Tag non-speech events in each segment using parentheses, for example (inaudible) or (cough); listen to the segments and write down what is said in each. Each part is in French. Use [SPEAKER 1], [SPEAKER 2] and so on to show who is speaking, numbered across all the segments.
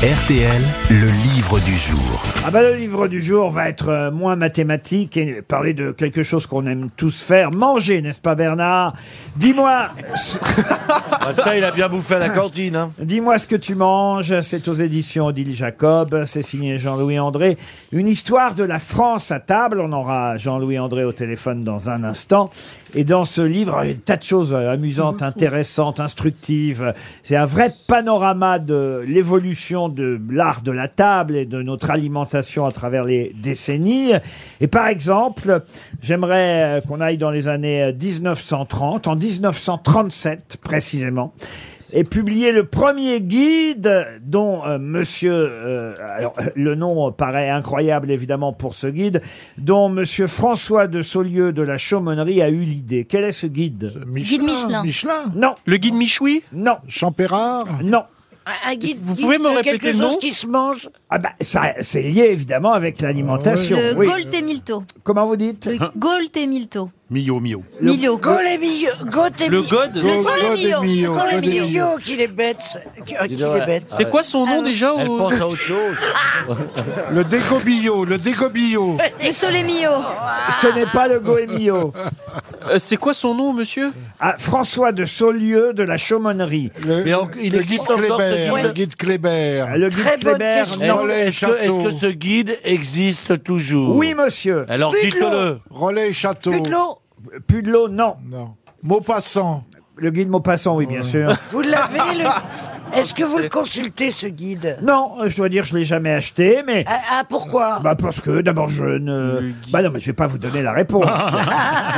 [SPEAKER 1] RTL, le livre du jour.
[SPEAKER 2] Ah bah le livre du jour va être euh, moins mathématique et parler de quelque chose qu'on aime tous faire, manger, n'est-ce pas Bernard Dis-moi,
[SPEAKER 3] ça, il a bien bouffé à la cantine. hein.
[SPEAKER 2] dis-moi ce que tu manges. C'est aux éditions Odile Jacob, c'est signé Jean-Louis André. Une histoire de la France à table. On aura Jean-Louis André au téléphone dans un instant. Et dans ce livre, il y a des tas de choses euh, amusantes, intéressantes, instructives. C'est un vrai panorama de l'évolution de l'art de la table et de notre alimentation à travers les décennies. Et par exemple, j'aimerais euh, qu'on aille dans les années euh, 1930, en 1937 précisément. Et publié le premier guide dont euh, monsieur, euh, alors euh, le nom paraît incroyable évidemment pour ce guide, dont monsieur François de Saulieu de la Chaumonnerie a eu l'idée. Quel est ce guide
[SPEAKER 4] Guide Michelin.
[SPEAKER 2] Non,
[SPEAKER 3] Le guide Michoui
[SPEAKER 2] non,
[SPEAKER 5] Champérard
[SPEAKER 2] non.
[SPEAKER 4] Un guide,
[SPEAKER 3] Vous pouvez me répéter le nom
[SPEAKER 2] Ah bah, ça, c'est lié évidemment avec l'alimentation.
[SPEAKER 4] Le
[SPEAKER 2] oui.
[SPEAKER 4] Gault et Milto.
[SPEAKER 2] Comment vous dites
[SPEAKER 4] Le Gault et Milto.
[SPEAKER 3] Hein? Mio Mio.
[SPEAKER 4] Milio.
[SPEAKER 3] Le God
[SPEAKER 4] Le Sol et Milio. Le Sol et Milio.
[SPEAKER 6] qu'il est bête. Qu'il qu'il est bête.
[SPEAKER 7] C'est quoi son nom déjà
[SPEAKER 3] Elle
[SPEAKER 7] au-
[SPEAKER 3] pense à autre chose.
[SPEAKER 5] Le Dégobillo, le Dégobillo.
[SPEAKER 4] Le Sol et Milio.
[SPEAKER 2] Ce n'est pas le Goemio.
[SPEAKER 7] Euh, C'est quoi son nom, monsieur
[SPEAKER 2] Ah, François de Saulieu de la Chaumonnerie.
[SPEAKER 5] Le,
[SPEAKER 3] Mais en- il
[SPEAKER 5] le
[SPEAKER 3] existe
[SPEAKER 5] guide
[SPEAKER 3] encore ce
[SPEAKER 5] Kléber,
[SPEAKER 3] guide
[SPEAKER 5] le guide Kléber.
[SPEAKER 2] Le guide
[SPEAKER 6] Très bonne
[SPEAKER 2] Kléber,
[SPEAKER 6] question.
[SPEAKER 2] non.
[SPEAKER 5] Relais
[SPEAKER 3] Est-ce que, est-ce que
[SPEAKER 5] Château.
[SPEAKER 3] ce guide existe toujours
[SPEAKER 2] Oui, monsieur.
[SPEAKER 3] Alors dites-le.
[SPEAKER 5] Relais Château.
[SPEAKER 6] Huguelot,
[SPEAKER 2] Pudelot, non.
[SPEAKER 5] Non. Maupassant.
[SPEAKER 2] Le guide Maupassant, oui, bien sûr.
[SPEAKER 6] vous l'avez le... Est-ce que vous le consultez ce guide
[SPEAKER 2] Non, euh, je dois dire, je l'ai jamais acheté, mais.
[SPEAKER 6] ah, ah, pourquoi
[SPEAKER 2] Bah parce que d'abord je ne. Bah non mais je vais pas vous donner la réponse.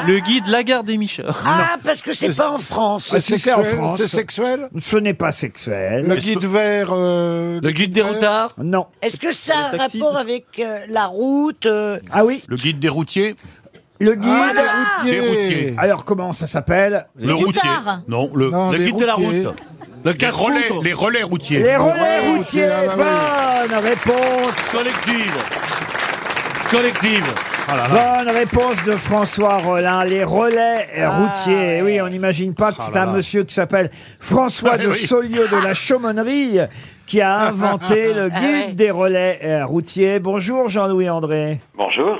[SPEAKER 7] Le guide Lagarde et Michard.
[SPEAKER 6] Ah parce que c'est pas en France.
[SPEAKER 2] Ah, si, c'est en
[SPEAKER 5] sexuel,
[SPEAKER 2] France.
[SPEAKER 5] C'est sexuel
[SPEAKER 2] Ce n'est pas sexuel.
[SPEAKER 5] Le guide vert. euh,
[SPEAKER 3] Le guide des
[SPEAKER 5] vert.
[SPEAKER 3] routards
[SPEAKER 2] Non.
[SPEAKER 6] Est-ce que ça a un
[SPEAKER 7] Le taxi.
[SPEAKER 6] rapport avec euh, la route euh,
[SPEAKER 2] Ah oui,
[SPEAKER 8] Le guide des routiers
[SPEAKER 2] le guide.
[SPEAKER 5] Ah, le routier.
[SPEAKER 8] Des routiers.
[SPEAKER 2] Alors comment ça s'appelle
[SPEAKER 8] Le routier
[SPEAKER 4] routards.
[SPEAKER 8] Non, le,
[SPEAKER 5] Non,
[SPEAKER 8] le
[SPEAKER 5] des
[SPEAKER 8] guide de la
[SPEAKER 5] routiers.
[SPEAKER 8] route. Le les, relais, les relais routiers.
[SPEAKER 2] Les relais
[SPEAKER 5] relais
[SPEAKER 2] routiers.
[SPEAKER 5] routiers, ah
[SPEAKER 2] Bonne réponse.
[SPEAKER 3] Collective. Collective. Oh là là.
[SPEAKER 2] Bonne réponse de François Rollin. Les relais routiers. Eh Oui, on n'imagine pas que c'est un monsieur qui s'appelle François de
[SPEAKER 8] oui.
[SPEAKER 2] Saulieu de la Chaumonnerie qui a inventé le guide des relais euh, routiers. Bonjour Jean-Louis André.
[SPEAKER 9] Bonjour,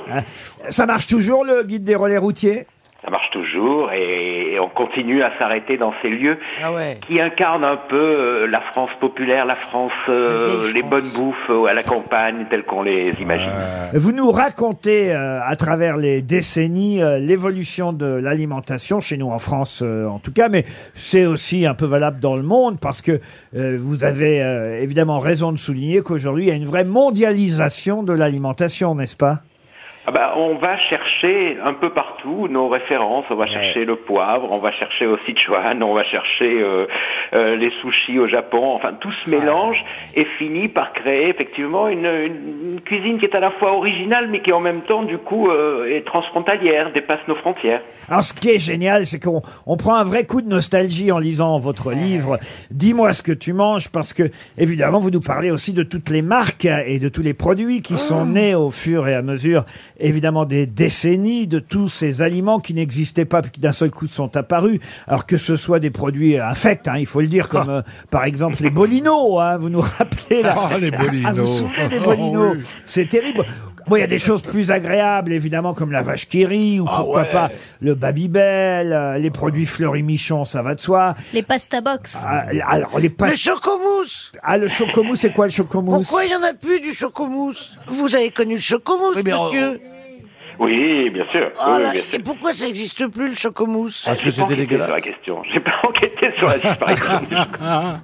[SPEAKER 2] Ça marche toujours le guide des relais routiers
[SPEAKER 9] ça marche toujours et, et on continue à s'arrêter dans ces lieux
[SPEAKER 6] Ah ouais.
[SPEAKER 9] qui incarnent un peu euh, la France populaire, la France, euh,
[SPEAKER 6] La vieille
[SPEAKER 9] les
[SPEAKER 6] France.
[SPEAKER 9] bonnes bouffes euh, à la campagne telles qu'on les imagine.
[SPEAKER 2] Euh, Vous nous racontez euh, à travers les décennies euh, l'évolution de l'alimentation chez nous en France euh, en tout cas, mais c'est aussi un peu valable dans le monde parce que euh, vous avez euh, évidemment raison de souligner qu'aujourd'hui il y a une vraie mondialisation de l'alimentation, n'est-ce pas
[SPEAKER 9] Ah bah, on va chercher un peu partout nos références, on va chercher le poivre, on va chercher au Sichuan, on va chercher euh, euh, les sushis au Japon, enfin tout ce mélange et finit par créer effectivement une, une- une cuisine qui est à la fois originale mais qui en même temps du coup euh, est transfrontalière, dépasse nos frontières.
[SPEAKER 2] Alors, ce qui est génial, c'est qu'on on prend un vrai coup de nostalgie en lisant votre livre. Dis-moi ce que tu manges, parce que, évidemment, vous nous parlez aussi de toutes les marques et de tous les produits qui
[SPEAKER 5] Oh.
[SPEAKER 2] sont nés au fur et à mesure, évidemment, des décennies, de tous ces aliments qui n'existaient pas, puis qui d'un seul coup sont apparus. Alors que ce soit des produits infects, hein, il faut le dire,
[SPEAKER 5] Ah.
[SPEAKER 2] comme euh, par exemple les bolinos, hein, vous nous rappelez là.
[SPEAKER 5] Ah, les
[SPEAKER 2] Ah, vous vous
[SPEAKER 5] bolinos.
[SPEAKER 2] souvenez des bolinos
[SPEAKER 5] Oh, oui.
[SPEAKER 2] C'est terrible. Bon, il y a des choses plus agréables, évidemment, comme la vache qui rit,
[SPEAKER 5] Ah
[SPEAKER 2] ou pourquoi pas le Babybel, euh, les produits fleuris michon, ça va de soi.
[SPEAKER 4] Les pasta box.
[SPEAKER 2] Ah, alors, les
[SPEAKER 6] Le
[SPEAKER 2] pastes.
[SPEAKER 6] chocomousse
[SPEAKER 2] Ah, le chocomousse, c'est quoi le chocomousse
[SPEAKER 6] Pourquoi il n'y en a plus du chocomousse Vous avez connu le chocomousse,
[SPEAKER 3] Oui, mais on-
[SPEAKER 6] monsieur
[SPEAKER 9] Oui, bien sûr.
[SPEAKER 6] Oh
[SPEAKER 9] Oui,
[SPEAKER 6] là,
[SPEAKER 9] bien sûr.
[SPEAKER 6] Et pourquoi ça n'existe plus le chocomousse
[SPEAKER 3] Parce que
[SPEAKER 9] J'ai pas
[SPEAKER 3] c'était
[SPEAKER 9] enquêté
[SPEAKER 3] dégueulasse.
[SPEAKER 9] sur la question. J'ai pas (laughs) enquêté sur
[SPEAKER 5] (laughs)
[SPEAKER 9] la disparition. du chocolat.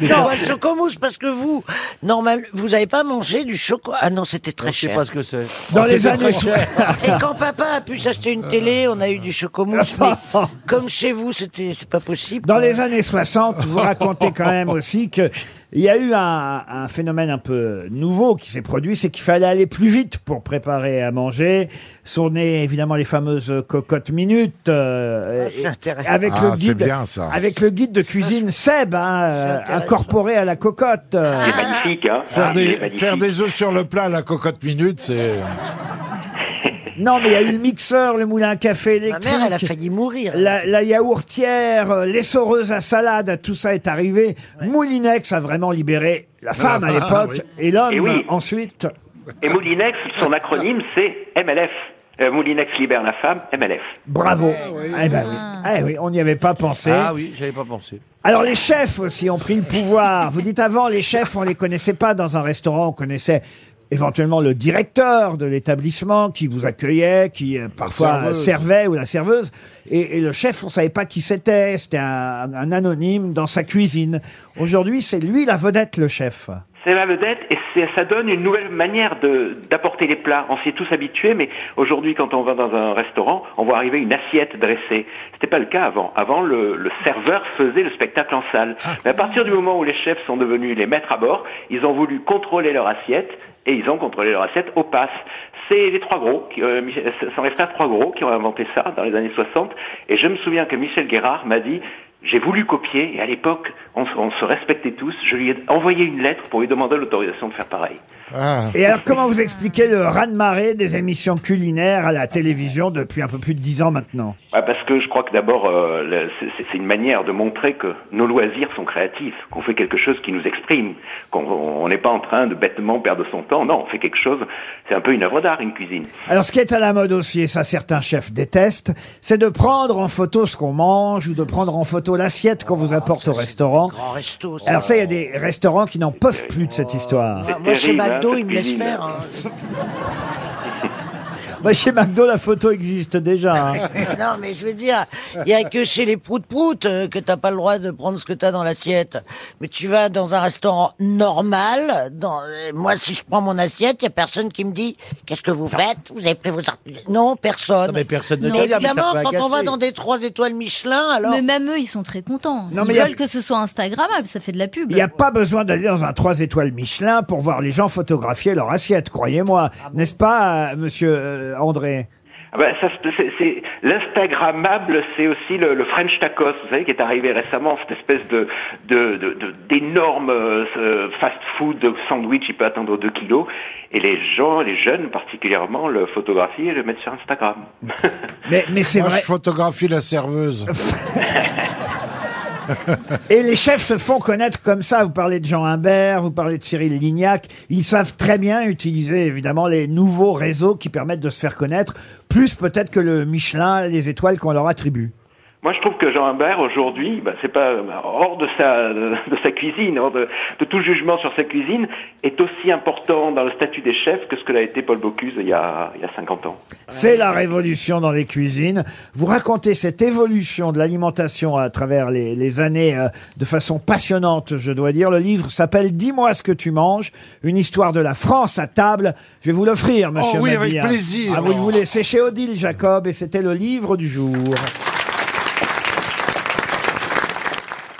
[SPEAKER 6] Non, le chocomousse, parce que vous, normal, vous n'avez pas mangé du choco... Ah non, c'était très
[SPEAKER 3] Je sais
[SPEAKER 6] cher.
[SPEAKER 3] pas ce que c'est.
[SPEAKER 2] Dans les années (laughs)
[SPEAKER 6] C'est quand papa a pu s'acheter une télé, on a eu du chocomousse, mais comme chez vous, c'était, c'est pas possible.
[SPEAKER 2] Dans les années 60, vous racontez quand même aussi que il y a eu un, un phénomène un peu nouveau qui s'est produit, c'est qu'il fallait aller plus vite pour préparer à manger. Sont nées évidemment les fameuses cocottes minutes euh,
[SPEAKER 6] Ah, c'est
[SPEAKER 2] et-
[SPEAKER 6] intéressant.
[SPEAKER 2] avec
[SPEAKER 5] Ah,
[SPEAKER 2] le
[SPEAKER 5] c'est
[SPEAKER 2] guide
[SPEAKER 5] bien, ça.
[SPEAKER 2] avec le guide de cuisine Seb hein, euh,
[SPEAKER 6] intéressant. Ah.
[SPEAKER 2] incorporé à la cocotte. euh.
[SPEAKER 9] Il est magnifique, hein.
[SPEAKER 5] Faire
[SPEAKER 9] Ah, il
[SPEAKER 5] des,
[SPEAKER 9] est magnifique.
[SPEAKER 5] faire des œufs sur le plat à la cocotte minute, c'est.
[SPEAKER 2] Non, mais il y a eu le mixeur, le moulin à café
[SPEAKER 6] Ma
[SPEAKER 2] électrique.
[SPEAKER 6] mère, elle a failli mourir.
[SPEAKER 2] La, la yaourtière, euh, l'essoreuse à salade, tout ça est arrivé. Moulinex a vraiment libéré la femme à l'époque et l'homme
[SPEAKER 9] Et oui.
[SPEAKER 2] ensuite.
[SPEAKER 9] Et Moulinex, son acronyme, c'est MLF. Euh, Moulinex libère la femme, MLF.
[SPEAKER 2] Bravo. Eh ben oui. Eh oui, on n'y avait pas pensé.
[SPEAKER 3] Ah oui, j'avais pas pensé.
[SPEAKER 2] Alors les chefs aussi ont pris le pouvoir. Vous dites avant, les chefs, on les connaissait pas dans un restaurant, on connaissait éventuellement le directeur de l'établissement qui vous accueillait, qui euh, parfois
[SPEAKER 5] serveuse.
[SPEAKER 2] servait ou la serveuse. Et, et le chef, on savait pas qui c'était. C'était un, un anonyme dans sa cuisine. Aujourd'hui, c'est lui la vedette, le chef.
[SPEAKER 9] C'est la vedette et c'est- ça donne une nouvelle manière de- d'apporter les plats. On s'y est tous habitués, mais aujourd'hui, quand on va dans un restaurant, on voit arriver une assiette dressée. C'était pas le cas avant. Avant, le, le serveur faisait le spectacle en salle. Mais à partir du moment où les chefs sont devenus les maîtres à bord, ils ont voulu contrôler leur assiette et ils ont contrôlé leur assiette au pass. C'est les trois gros, qui, euh, Michel- c'est Resta trois gros qui ont inventé ça dans les années 60. Et je me souviens que Michel Guérard m'a dit j'ai voulu copier, et à l'époque, on, se- on se respectait tous. Je lui ai envoyé une lettre pour lui demander l'autorisation de faire pareil.
[SPEAKER 5] Ah.
[SPEAKER 2] Et alors, comment vous expliquez le raz-de-marée des émissions culinaires à la télévision depuis un peu plus de dix ans maintenant
[SPEAKER 9] Ouais, parce que je crois que d'abord, euh, le- c'est- c'est c'est une manière de montrer que nos loisirs sont créatifs, qu'on fait quelque chose qui nous exprime, qu'on on n'est pas en train de bêtement perdre son temps. Non, on fait quelque chose, c'est un peu une œuvre d'art, une cuisine.
[SPEAKER 2] Alors, ce qui est à la mode aussi, et ça certains chefs détestent, c'est de prendre en photo ce qu'on mange ou de prendre en photo l'assiette qu'on vous apporte au restaurant.
[SPEAKER 6] Grand resto. ça.
[SPEAKER 2] Alors ça, il y a des restaurants qui n'en peuvent plus de cette histoire.
[SPEAKER 6] Ah, moi, chez
[SPEAKER 9] terrible, hein,
[SPEAKER 6] McDo,
[SPEAKER 9] cette
[SPEAKER 6] ils me laissent
[SPEAKER 9] cuisine.
[SPEAKER 6] faire. hein.
[SPEAKER 2] Moi, chez McDo, la photo existe déjà. hein.
[SPEAKER 6] (laughs) non, mais je veux dire, il y a que chez les prout-prout euh, que t'as pas le droit de prendre ce que t'as dans l'assiette. Mais tu vas dans un restaurant normal, dans, euh, moi, si je prends mon assiette, il y a personne qui me dit, qu'est-ce que vous faites? Vous avez pris vos art- Non, personne.
[SPEAKER 3] Non, mais personne ne
[SPEAKER 6] Mais évidemment, quand on va dans des trois étoiles Michelin, alors.
[SPEAKER 4] Mais même eux, ils sont très contents.
[SPEAKER 2] Non, mais
[SPEAKER 4] ils
[SPEAKER 2] y a-
[SPEAKER 4] veulent que ce soit Instagrammable, ça fait de la pub.
[SPEAKER 2] Il n'y a pas besoin d'aller dans un 3 étoiles Michelin pour voir les gens photographier leur assiette, croyez-moi. N'est-ce pas, euh, monsieur euh, André
[SPEAKER 9] Ah ben, ça, c'est- c'est- c'est- L'Instagrammable, c'est aussi le, le French tacos, vous savez, qui est arrivé récemment, cette espèce de de- de- de- d'énorme euh, fast-food sandwich, il peut atteindre 2 kilos. Et les gens, les jeunes particulièrement, le photographient et le mettent sur Instagram. (laughs)
[SPEAKER 2] mais, mais c'est
[SPEAKER 5] Moi,
[SPEAKER 2] vrai.
[SPEAKER 5] je photographie la serveuse.
[SPEAKER 2] Et les chefs se font connaître comme ça. Vous parlez de Jean Imbert, vous parlez de Cyril Lignac. Ils savent très bien utiliser, évidemment, les nouveaux réseaux qui permettent de se faire connaître, plus peut-être que le Michelin, les étoiles qu'on leur attribue.
[SPEAKER 9] Moi, je trouve que Jean Humbert, aujourd'hui, bah, c'est pas hors de sa de sa cuisine, hors de, de tout jugement sur sa cuisine, est aussi important dans le statut des chefs que ce que l'a été Paul Bocuse il y a, il y a 50 ans.
[SPEAKER 2] C'est la révolution dans les cuisines. Vous racontez cette évolution de l'alimentation à travers les, les années euh, de façon passionnante, je dois dire. Le livre s'appelle Dis-moi ce que tu manges, une histoire de la France à table. Je vais vous l'offrir, monsieur.
[SPEAKER 5] Oh oui,
[SPEAKER 2] Mabille,
[SPEAKER 5] avec
[SPEAKER 2] hein.
[SPEAKER 5] plaisir.
[SPEAKER 2] Ah, vous le voulez. C'est chez Odile Jacob et c'était le livre du jour.